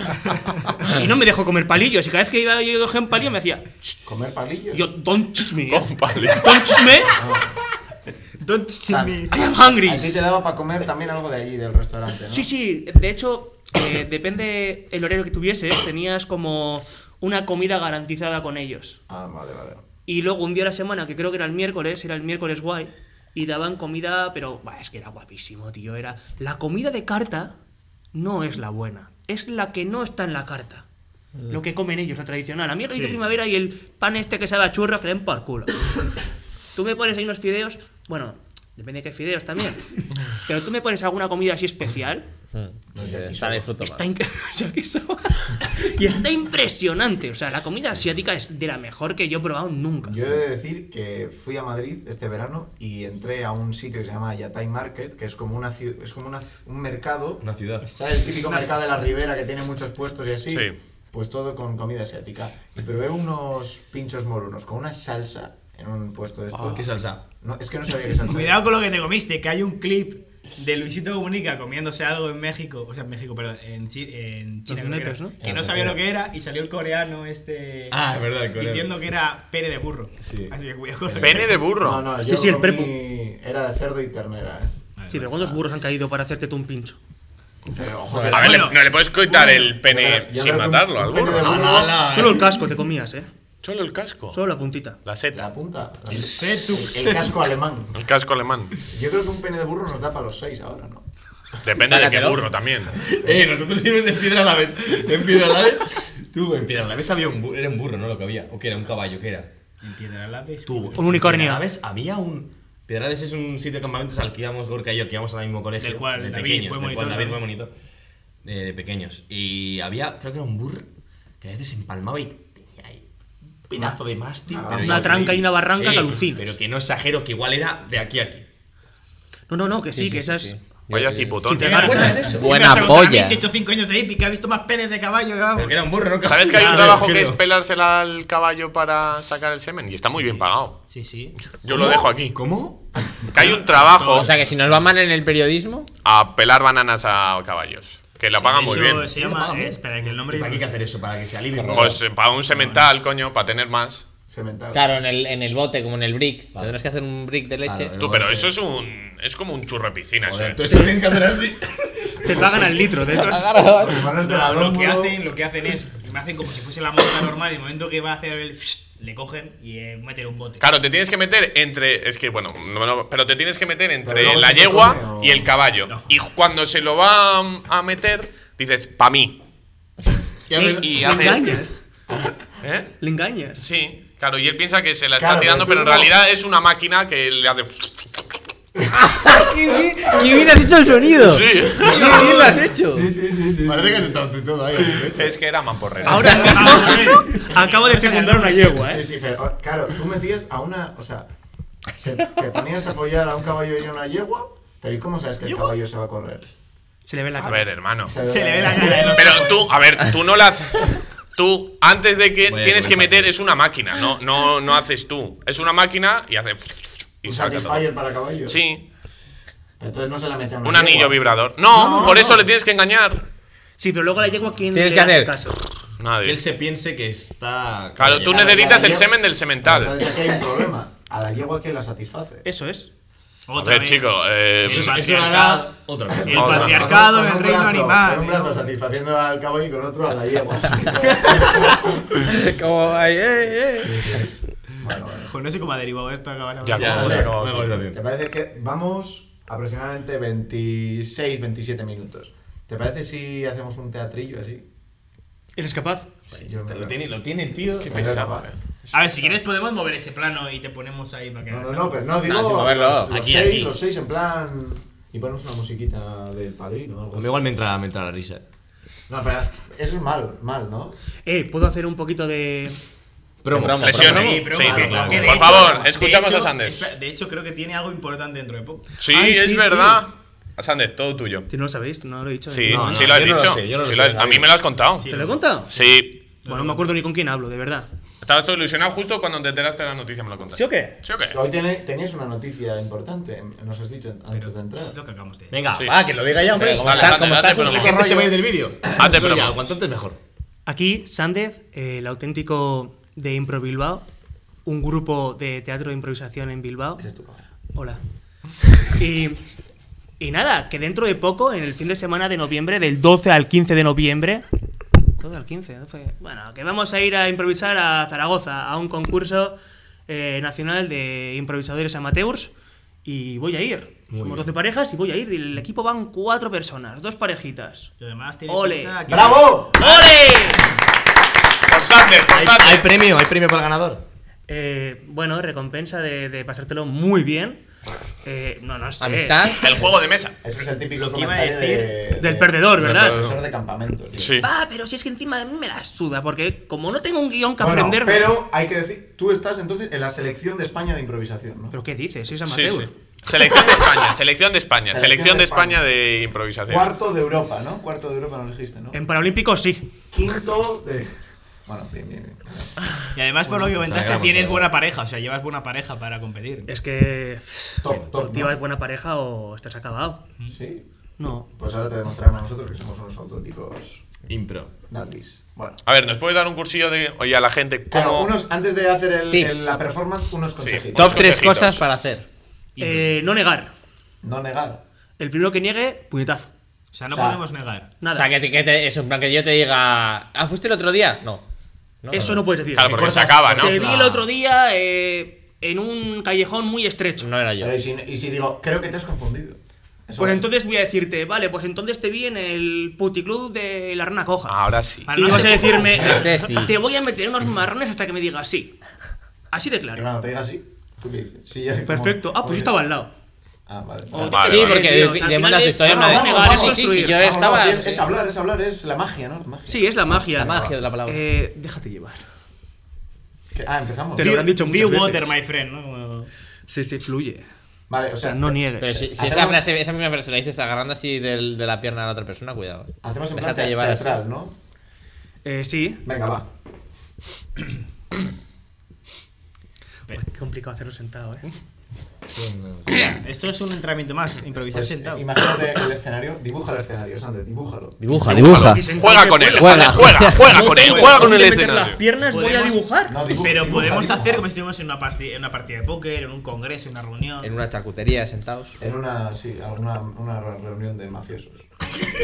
Y no me dejó comer palillos. Y cada vez que iba yo a coger un palillo me decía,
¿Comer palillos?
yo, don't touch me. ¿eh?".
Con palillos.
Don't touch me.
Don't
Tan-
see me.
I am hungry.
A ti te daba para comer también algo de allí, del restaurante, ¿no?
Sí, sí, de hecho, eh, depende el horario que tuvieses, tenías como una comida garantizada con ellos.
Ah, vale, vale.
Y luego un día a la semana, que creo que era el miércoles, era el miércoles guay, y daban comida, pero bah, es que era guapísimo, tío. Era. La comida de carta no es la buena, es la que no está en la carta. Lo que comen ellos, la tradicional. A mí el rey de
Sí.
primavera y el pan este que sabe a churros que le den por culo. tú me pones ahí unos fideos, bueno, depende de qué fideos también, pero tú me pones alguna comida así especial,
Está de fruto
Está
más.
inc- [LAUGHS] yakisoba. y está impresionante. O sea, la comida asiática es de la mejor que yo he probado nunca.
Yo he de decir que fui a Madrid este verano y entré a un sitio que se llama Yatay Market, que es como, una, ci- es como una c- un mercado.
Una ciudad.
¿Sabes? El típico mercado de la Ribera que tiene muchos puestos y así.
Sí.
Pues todo con comida asiática. Y probé unos pinchos morunos con una salsa en un puesto de esto.
Ah, Oh, ¿Qué salsa?
No, es que no sabía qué salsa. era.
Cuidado con lo que te comiste, que hay un clip de Luisito Comunica comiéndose algo en México, o sea, en México, perdón, en, Chi- en China, creo que,
nepes,
era,
¿no?
que no sabía lo que era y salió el coreano este
Ah, es verdad, el coreano.
diciendo que era pene de burro.
Sí.
Así que cuidado con lo que-
Pene de burro.
No, no, yo
Sí, sí, el
comí-
prepu.
Era de cerdo y ternera, eh.
Sí, pero ¿cuántos burros han caído para hacerte tú un pincho?
Pero ojo,
A ver, le-
Bueno.
no le puedes quitar el pene
Yo
sin
creo que un-
matarlo
un
al
pene
Ah,
burro,
de
¿no?
burro-
Solo el casco te comías, ¿eh?
Solo el casco.
Solo la puntita.
La seta.
La punta.
El setu.
El casco alemán.
El casco alemán.
Yo creo que un pene de burro nos da para los seis ahora, ¿no?
Depende de qué
Sácatelo.
burro también.
Eh, nosotros vivimos en Piedra la vez. En Piedra la vez. Tú, en Piedra la vez había un burro. Era un burro, ¿no? Lo que había. ¿O qué era? ¿Un caballo? ¿Qué era?
En Piedra Lápiz.
Tú,
Un unicornio.
En Piedralaves había un. Piedralaves es un sitio de campamentos al que íbamos Gorka y yo, que íbamos al mismo colegio.
Del cual
de
David
pequeños,
fue
del cual
monitor
David fue
también.
monitor. eh, de pequeños. Y había, creo que era un burro que a veces se empalmaba y tenía ahí. pedazo de mástil.
Ah,
pero
una
increíble.
tranca y una barranca que alucinas.
Pero que no exagero, que igual era de aquí a aquí.
No, no, no, que sí, que esa es.
Vaya cipotón.
te
Venga,
agarras
¿sabes?
a-
Venga,
Buena
según
polla.
Taramis, he hecho 5 años de hípica, he visto más penes de caballo que vamos.
Porque era un burro, ¿no?
¿Sabes que hay un
Claro,
trabajo que
creo.
es pelársela al caballo para sacar el semen? Y está muy bien pagado.
Sí, sí.
Yo lo dejo aquí.
¿Cómo?
Que hay un trabajo
O sea que si nos va mal en el periodismo,
a pelar bananas a caballos. Que la
Sí,
pagan
de
muy
hecho,
bien.
Se llama. eh, espera, que el nombre.
¿Y ¿Para qué hay que hacer eso? Para que se alivie. un poco?
Pues eh, para un semental, coño, para tener más. Ah.
Cementado.
claro, en el, en el bote, como en el brick, tendrás que hacer un brick de leche.
Claro,
Tú,
No,
pero
ese-
eso es un. Es como un churro de piscina, eso.
Joder,
eh.
tú eso tienes que hacer así.
Te pagan al litro, de hecho.
Agarra-
[LAUGHS] Los hermanos de la
No, lo que
Rómulo-
hacen, lo que hacen es, me hacen como si fuese la monta normal y el momento que va a hacer el le cogen y eh, meten un bote.
Claro, te tienes que meter entre. Es que, bueno, no- no- pero te tienes que meter
Pero
entre
luego
la
se lo
yegua
come o-
y el caballo. Y cuando se lo va a- a meter, dices, pa'
[LAUGHS]
mí.
Y haces-
Y
Le
haces-
engañas.
¿Eh?
Le engañas.
Sí, claro, y él piensa que se la está
Claro,
tirando, pero
pero
en
tú no.
realidad es una máquina que le hace. [LAUGHS]
¡Qué bien, qué bien has hecho el sonido!
Sí,
[LAUGHS]
¡Qué bien lo has hecho!
Sí, sí, sí, sí.
Parece que te estás tú todo ahí. ¿eh?
es que era mamporrero.
Ahora acabo de secundar una yegua,
Sí,
eh.
sí, pero o- claro, tú metías a una. O sea, se- te ponías a apoyar a un caballo y a una yegua, pero ¿y cómo sabes que el caballo se va a correr?
Se le ve la
A
cara.
ver, hermano.
Se le ve la cara de los
Pero tú, a ver, tú no la haces. Tú, antes de que
Vaya
tienes que
vergüenza.
meter, es una máquina, no, no, no haces tú. Es una máquina y hace. Y
Un
saca todo.
satisfyer para caballo.
Sí,
Entonces no se la metía a una
un anillo
yegua.
vibrador. No,
No,
por
no.
eso le tienes que engañar.
Sí, pero luego la yegua, ¿quién
Tienes
le
que
hace
hacer.
caso?
Que
Nadie.
él se piense que está.
Claro, tú
A la-
necesitas
a la
el
yegua-
semen del semental.
Entonces aquí hay un problema. A la yegua que la satisface.
Eso es.
A
Otra
ver,
vez.
chico, eh,
Eso es
eh,
Eso lo hará otra vez.
El
No, no, no.
patriarcado
Con
en
un
el reino
brazo-
animal.
Con un
¿no?
brazo satisfaciendo al caballo y con otro a la yegua.
[LAUGHS]
Como ahí, eh, eh.
bueno, bueno.
Joder, no sé cómo ha derivado esto. acabar ahora.
Ya,
Ya,
¿cómo
ya,
se acabó?
me acuerdo bien.
¿Te parece que vamos aproximadamente 26, 27 minutos? ¿Te parece si hacemos un teatrillo así?
¿Eres capaz?
Yo me-
este Lo tiene, lo tiene el tío.
Qué
me veo
pesado.
capaz.
eh.
A ver, si quieres pues, podemos mover ese plano y te ponemos ahí para que
No,
hagas
no, no,
algo.
pero no, digo
sin moverlo.
los, los
Aquí,
seis,
aquí.
los seis en plan... Y ponemos una musiquita del padrino o algo
A mí
así.
igual me entra, me entra la risa.
No, pero eso es mal, mal, ¿no?
Eh, puedo hacer un poquito de.
Promo,
Promo,
Flexiones.
promo.
Sí,
Sí,
pero
sí,
vamos,
sí,
que-
claro.
que de
Por
hecho-
favor,
de
escuchamos
hecho-
a Sandes.
espera, De hecho, creo que tiene algo importante dentro de poco.
Sí,
Ay,
es
sí,
verdad. Sandes, todo tuyo.
Si no lo sabéis, no lo he dicho.
Sí,
No, no,
sí lo has
yo no lo
dicho.
sé, yo no lo
Sí
sé,
lo has- a mí
nadie.
me lo has contado.
¿Te lo he contado?
Sí.
Bueno, no me acuerdo ni con quién hablo, de verdad.
Estabas todo ilusionado justo cuando te enteraste de la noticia, me lo contaste.
¿Sí o qué?
¿Sí o qué?
Hoy tiene- tenías una noticia importante, nos has dicho antes de entrar.
Es lo que acabamos de
Venga,
Sí.
va, que lo diga ya, hombre.
Pero como
Vale,
estás-
dale,
como
date,
estás un
pero
la
poco
gente se va a ir
rollo-
del vídeo.
Hazte
Eso ya,
promo.
Cuanto antes mejor.
Aquí, Sández, eh, el auténtico de Impro Bilbao, un grupo de teatro de improvisación en Bilbao.
Ese es tu padre.
Hola. Y, y nada, que dentro de poco, en el fin de semana de noviembre, del 12 al 15 de noviembre. 12 al 15, 12. Bueno, que vamos a ir a improvisar a Zaragoza, a un concurso eh, nacional de improvisadores amateurs. Y voy a ir.
Muy
Somos
bien.
12 parejas y voy a ir. Y el equipo van cuatro personas, dos parejitas.
Y además tiene
Ole.
pinta que-
¡Bravo!
¡Ole!
Por Sandes, por
Hay,
Sandes.
hay premio, hay premio para el ganador.
Eh, bueno, recompensa de, de pasártelo muy bien. Eh, no, no sé.
Amistad.
El juego de mesa.
Ese es el típico
que iba a
comentario
decir
de-
Del
de-
perdedor, ¿verdad?
profesor de campamento. tío.
Sí.
Ah, pero si es que encima de mí me la suda, porque como no tengo un guión que
Bueno,
aprenderme.
pero hay que decir, tú estás entonces en la selección de España de improvisación, ¿no?
¿Pero qué dices? Es
Sí,
amateur.
sí. Selección de España, selección de España,
Selección
selección de
de
España
España.
de improvisación.
Cuarto de Europa, ¿no? Cuarto de Europa no dijiste, ¿no?
En Paralímpicos sí.
Quinto de... Bueno, bien, bien, bien.
Y además, por lo
pues
que comentaste,
sacamos
tienes
todo.
buena pareja. O sea, llevas buena pareja para competir.
Es que. eh,
Top,
o
top,
tío
¿no?
es buena pareja o estás acabado.
Sí.
No.
Pues ahora te demostraremos a nosotros que somos unos auténticos
Impro.
natis. Bueno.
A ver, ¿nos puede dar un cursillo de oye a la gente
Claro,
cómo
unos, antes de hacer el-
Tips.
el- la performance, unos consejitos.
Top 3
consejitos.
cosas para hacer.
Eh, no negar.
No negar.
El primero que niegue, puñetazo.
O sea, no
O sea,
podemos negar.
Nada.
O sea, que, te- que te- eso, en plan que yo te diga. ¿Ah, fuiste el otro día? No.
Eso no puedes decir.
Claro, porque se
Cosas-
acaba, ¿no?
Te vi
no.
el otro día eh, en un callejón muy estrecho.
No era yo.
Pero y si, y si digo, creo que te has confundido. Eso
Pues
vale.
entonces voy a decirte, vale, pues entonces te vi en el puticlub de la Rana Coja.
Ahora sí.
Para
y
no
vas a
ser-
decirme,
Ese sí.
te voy a meter unos marrones hasta que me digas sí. Así de
Y
claro.
cuando te diga así, ¿tú qué dices? Sí, ya-
Perfecto. Ah, pues yo
Oye.
estaba al lado.
Ah, vale.
O-
Vale,
sí,
vale.
porque
Tío, o sea, al
de-
final
demandas tu
es-
historia
ah,
no,
vamos,
negar. Sí,
vamos,
sí, sí,
construir.
yo
Vamos,
estaba.
sí, es, es hablar, es hablar, es la magia, ¿no? La magia.
Sí, es la magia.
La magia de la palabra.
Eh, déjate llevar.
¿Qué? Ah, empezamos.
Te lo habrán dicho
Be
muchas
water,
veces.
my friend, ¿no? Como-
Sí, sí, fluye.
Vale, o
O sea,
sea,
no niegues.
Pero si, si
Hacemos-
esa, frase- esa misma frase la dices agarrando así del- de la pierna a la otra persona, cuidado.
hacemos en plan
Déjate
te-
llevar así.
teatral, ¿no?
Eh, sí.
Venga, va.
Qué complicado hacerlo sentado, ¿eh?
Esto es un entrenamiento más, improvisar
Pues,
sentado.
imagínate el escenario, dibuja el escenario, Sande, dibújalo.
Dibuja,
Dibújalo.
dibuja.
se-
Juega con él, juega,
Juega.
juega, juega con él, juega con el
¿Dónde meter las
escenario.
piernas voy a
Podemos-
dibujar?
No, dibu-
Pero
dibuja,
podemos
dibuja.
hacer como si estuviéramos en una, pasti- en una partida de póker, en un congreso, en una reunión.
En una charcutería, sentados.
En una, sí, alguna una reunión de mafiosos.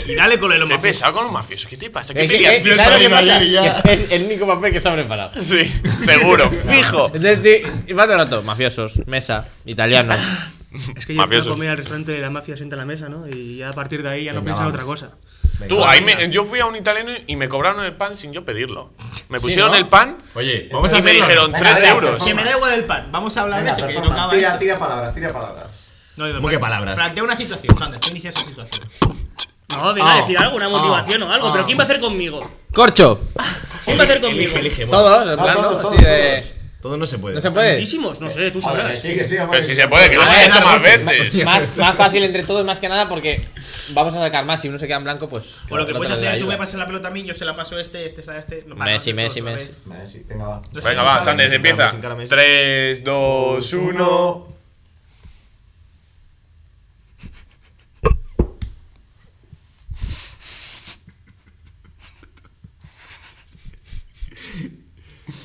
Y dale con el
Qué
homofóbico.
pesado con los mafiosos, ¿qué te pasa? ¿Qué
Es que-
peleas?
eh, ¿sabes lo que
Mayer
pasa? [LAUGHS]
y ya.
Que Es el único papel que se ha preparado.
Sí, seguro, fijo.
Entonces, sí, va todo el rato. Mafiosos, mesa, italianos.
Es que yo fui a
Mafiosos.
comer al restaurante de la mafia sienta a la mesa, ¿no? Y ya a partir de ahí ya no
Venga,
piensa en otra
vamos.
cosa.
Tú, ahí me- yo fui a un italiano y me cobraron el pan sin yo pedirlo. Me pusieron
¿no?
el pan
Oye,
y me
hacerlo.
Este dijeron
Venga,
3
venga,
euros.
Que me da igual el pan. Vamos a hablar
Venga,
de eso, que no
performance.
acaba
tira,
esto.
tira palabras, tira palabras.
No,
¿Cómo
plan-
que palabras?
Plantea una situación, Sander. Tú inicias esa situación.
No, venga
Ah,
a decir algo, una motivación o algo. ¿Pero quién va a hacer conmigo?
¡Corcho!
¿Quién va a hacer conmigo?
Elige, elige. bueno,
Todos, en
No,
plan,
todos,
¿no?
todos,
Así de-
todos.
Todo no se puede.
¿No se puede?
Muchísimos, no sé, tú
Joder,
sabrás.
sí, que sí,
Pero si se puede, que lo hemos hecho más veces.
Más, más fácil entre todos, más que nada, porque vamos a sacar más. Si uno se queda en blanco, pues.
O lo que
el otro
puedes
le
hacer, tú
ayuda.
me pasas la pelota a mí, yo se la paso a este, este se la a este. No, para no
Messi,
hacer
Messi,
todo,
Messi.
¿sabes?
Vale, sí, venga, va.
No sé,
Venga,
no
va,
sabes.
Sanders,
sin cara,
empieza.
sin cara, Messi.
3, 2, 1.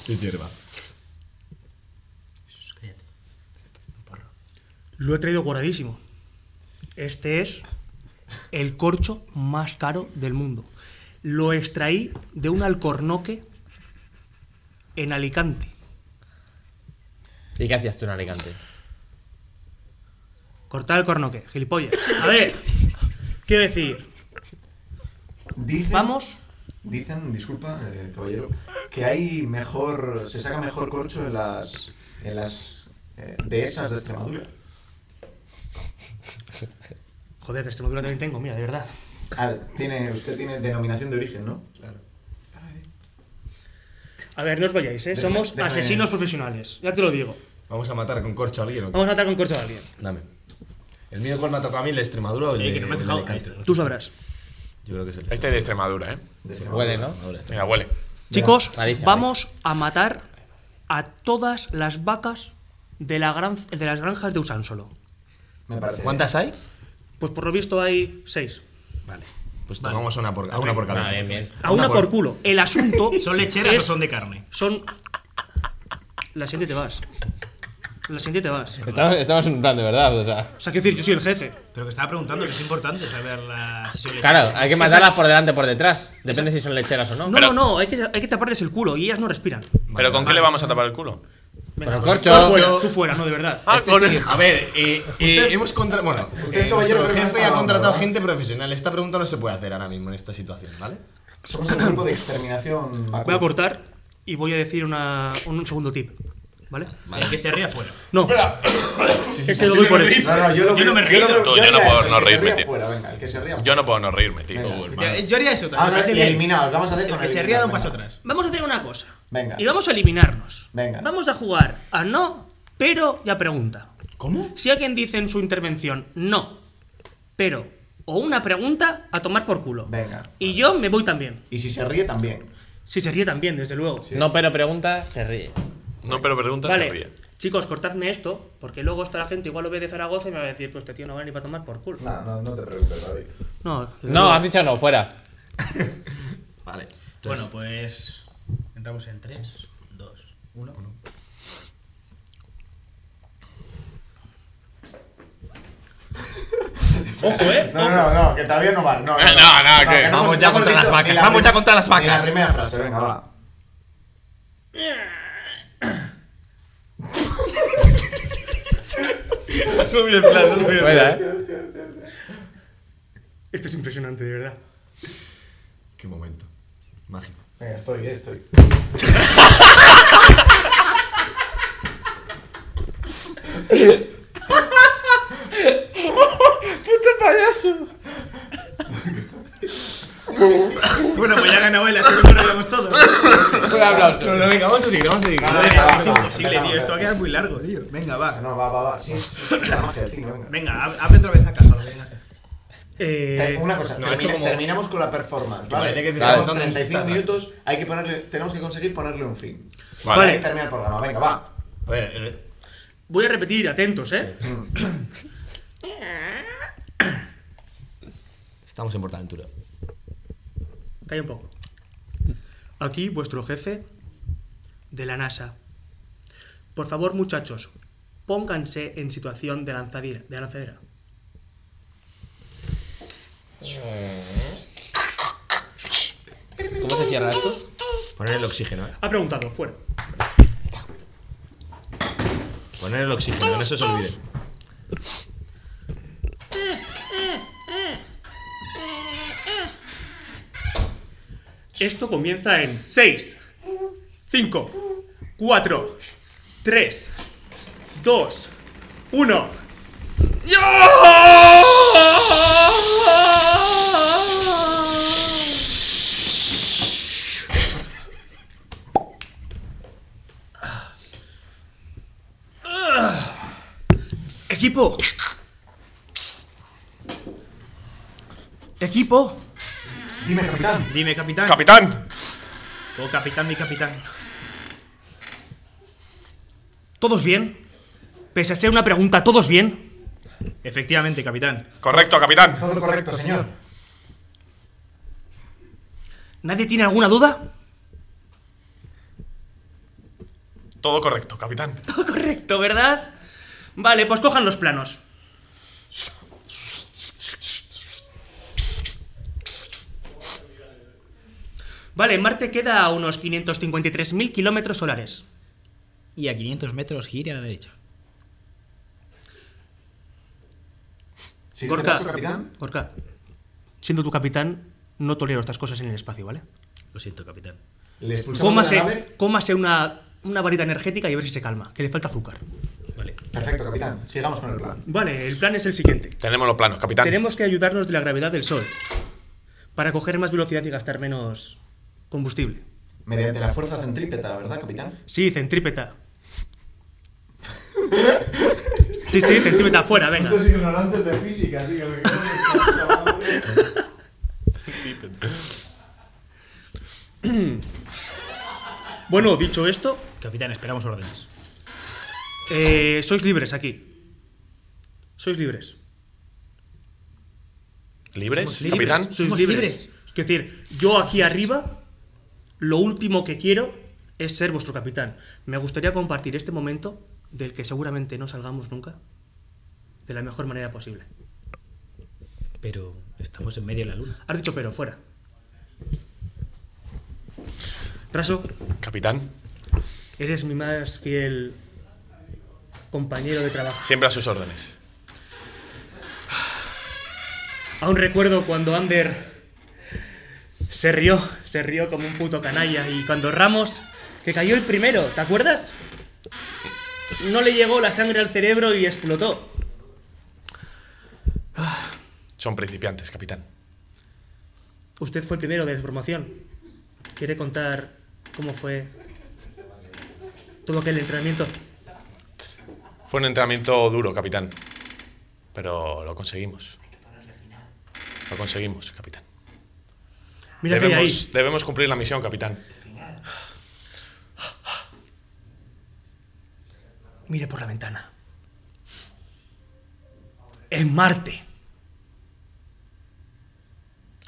Es hierba.
Jesús, cállate.
Lo he traído guardadísimo. Este es el corcho más caro del mundo. Lo extraí de un alcornoque en Alicante.
¿Y qué hacías tú en Alicante?
Cortar el cornoque, gilipollas. A ver, quiero decir,
Dicen,
vamos.
Dicen, disculpa, eh, caballero, que hay mejor. Se saca mejor corcho en las. En las eh, dehesas de Extremadura.
Joder, de Extremadura también tengo, mira, de verdad.
Ah, tiene, usted tiene denominación de origen, ¿no? Claro.
A ver, no os vayáis, ¿eh?
Déjame-
Somos
déjame-
asesinos profesionales, ya te lo digo.
Vamos a matar con corcho a alguien. ¿o qué?
Vamos a matar con corcho a alguien.
Dame. ¿El mío cuál me ha tocado a mí? ¿El de Extremadura o el
Eh, que
de
no me he
el de
fijado.
Alicante?
Tú sabrás.
Yo creo que es el de
Este es de Extremadura, ¿eh?
Huele, ¿no?
Extremadura, este.
Mira, huele.
Chicos,
Nariz,
vamos a matar a todas las vacas de, la gran- de las granjas de Usánsolo.
Me parece.
¿Cuántas hay?
Pues por lo visto hay seis.
Vale. Pues tomamos una por, a una por
Ah,
cada
bien,
uno.
bien.
A una por culo. El [LAUGHS] asunto
¿Son lecheras o
es-
son de carne?
son. La siguiente te vas. La siguiente te vas.
Estamos, estamos en un plan de verdad, o sea.
O sea, quiero decir, yo soy el jefe.
Pero que estaba preguntando, que es importante saber la... si son lecheras.
Claro, hay que matarlas por delante o por detrás. Depende si son lecheras o no.
No,
Pero-
no, no, hay que, hay que taparles el culo y ellas no respiran.
¿Pero con qué le vamos a tapar el culo?
Pero
Tú
corcho.
fuera, tú fuera, no, de verdad.
Ah,
Este
con
sí.
el-
A ver, eh, eh, hemos contratado. Bueno,
Usted,
eh,
caballero,
nuestro
pero no
jefe
está
ha contratado
hablando,
gente profesional. Esta pregunta no se puede hacer ahora mismo en esta situación, ¿vale?
Somos el grupo de exterminación. vacuna.
Voy a cortar y voy a decir una, un segundo tip. ¿Vale?
El que se ría fuera.
No, ese lo doy por hecho.
No, no, yo, lo
Yo no me
yo
río.
lo-
Tú, yo no
haría
puedo
eso,
no
el que se
reírme,
ría
tío.
fuera, venga, el que se ría Ah,
Yo
fuera.
no puedo no reírme, tío.
Venga,
Uy,
que
Ah.
hermano.
Eh, Yo haría eso también. me
Ahora
parece
y
bien.
eliminados, vamos a hacer
El
con
que se
eliminar,
ría da un
venga.
paso atrás.
Vamos a hacer una cosa.
Venga.
Y vamos a eliminarnos.
Venga.
Vamos a jugar a no, pero ya pregunta.
¿Cómo?
Si alguien dice en su intervención no, pero o una pregunta, a tomar por culo.
Venga.
Y yo me voy también.
Y si se ríe también.
Si se ríe también, desde luego.
No, pero pregunta, se ríe.
No, pero preguntas se
Vale,
ríe.
chicos, cortadme esto, porque luego está la gente, igual lo ve de Zaragoza y me va a decir, pues este tío no va ni para tomar por culo.
No, no, no te preocupes, David.
No,
No, has dicho no, fuera.
Vale.
Bueno, pues... Entramos en 3, 2, 1...
ojo, eh.
No, no, no, no, que todavía no va. No, no,
Eh, no, no, que-
hemos-
Vamos ya
hemos
contra
dicho
las vacas,
ni la
vamos ya
prim-
contra las
ni La
vacas.
primera frase, venga, va.
no vi el plan, no vi el plan.
Fuera, eh.
Esto es impresionante, de verdad.
Qué momento. Mágico.
Venga, estoy, eh, estoy.
Bueno, pues ya ganó él, así que lo vemos todo.
Un aplauso.
No, no, venga, vamos a seguir, vamos a seguir.
Joder,
venga,
es, es
venga,
imposible,
venga,
tío. Esto va a
venga.
quedar muy largo, tío. Venga, va.
Ah, No, va, va, va. Sí, sí, sí, la magia del cine, venga.
Venga, ab- abre otra vez acá. Pablo, venga.
Eh,
Te- Una cosa,
no, ha
termina-
hecho como-
terminamos con la performance,
que parece
¿vale?
que te
Tenemos
está contando
35
Instagram.
minutos, hay que ponerle, tenemos que conseguir ponerle un fin.
Vale.
Hay que terminar el programa, venga, va.
A ver, eh,
voy a repetir, atentos, ¿eh?
estamos en Portaventura.
Calla un poco. Aquí vuestro jefe de la NASA. Por favor, muchachos, pónganse en situación de lanzadera. De lanzadera.
¿Cómo se cierra esto?
Poner el oxígeno, eh.
Ha preguntado, fuera.
Poner el oxígeno, que no se os olvide.
Esto comienza en 6, 5, 4, 3, 2, 1. Equipo. Equipo.
Dime, capitán.
Dime, capitán.
¡Capitán!
Oh, capitán, mi capitán.
¿Todos bien? Pese a ser una pregunta, ¿todos bien?
Efectivamente, capitán.
Correcto, capitán.
Todo correcto, señor.
¿Nadie tiene alguna duda?
Todo correcto, capitán.
[LAUGHS] Todo correcto, ¿verdad? Vale, pues cojan los planos. Vale, Marte queda a unos 553.000 kilómetros solares.
Y a 500 metros gire a la derecha.
Siguiente
Gorka,
paso, capitán.
Gorka, siendo tu capitán, no tolero estas cosas en el espacio, ¿vale?
Lo siento, capitán.
Le expulsamos de la
Cómase,
nave.
cómase una, una varita energética y a ver si se calma, que le falta azúcar.
Vale.
Perfecto, capitán. Sigamos con el plan.
Vale, el plan es el siguiente.
Tenemos los planos, capitán.
Tenemos que ayudarnos de la gravedad del Sol para coger más velocidad y gastar menos combustible.
Mediante la fuerza centrípeta, ¿verdad, capitán?
Sí, centrípeta. Sí, sí, centrípeta, fuera, venga.
ignorantes de física, tío.
Bueno, dicho esto,
Capitán, esperamos órdenes.
eh, sois libres aquí. Sois libres.
¿Libres, capitán?
Sois
Somos libres.
Es decir, yo aquí arriba, lo último que quiero es ser vuestro capitán. Me gustaría compartir este momento del que seguramente no salgamos nunca de la mejor manera posible.
Pero estamos en medio de la luna.
Has dicho pero, fuera. Raso,
Capitán.
eres mi más fiel compañero de trabajo.
Siempre a sus órdenes.
Aún recuerdo cuando Ander se rió, se rió como un puto canalla. Y cuando Ramos, que cayó el primero, ¿te acuerdas? No le llegó la sangre al cerebro y explotó.
Son principiantes, capitán.
Usted fue el primero de la formación. ¿Quiere contar cómo fue todo aquel entrenamiento?
Fue un entrenamiento duro, capitán. Pero lo conseguimos. Lo conseguimos, capitán.
Mira que hay ahí.
debemos, debemos cumplir la misión, capitán.
Mire por la ventana. Es Marte.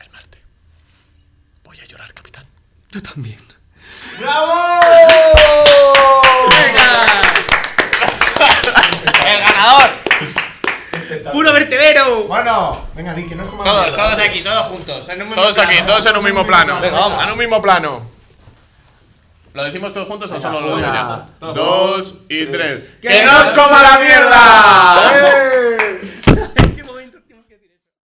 El Marte. Voy a llorar, capitán.
Yo también.
¡El ganador!
¡Puro vertedero!
[LAUGHS] Bueno, venga, Nick, que no es como.
Todos, todos aquí, todos juntos. en un mismo
Todos aquí,
plano.
todos en un mismo plano.
Venga, vamos.
En un mismo plano.
¿Lo decimos todos juntos o
Venga,
solo lo digo
una,
ya?
Dos y tres.
¡Que no os
coma la mierda!
¡Eh!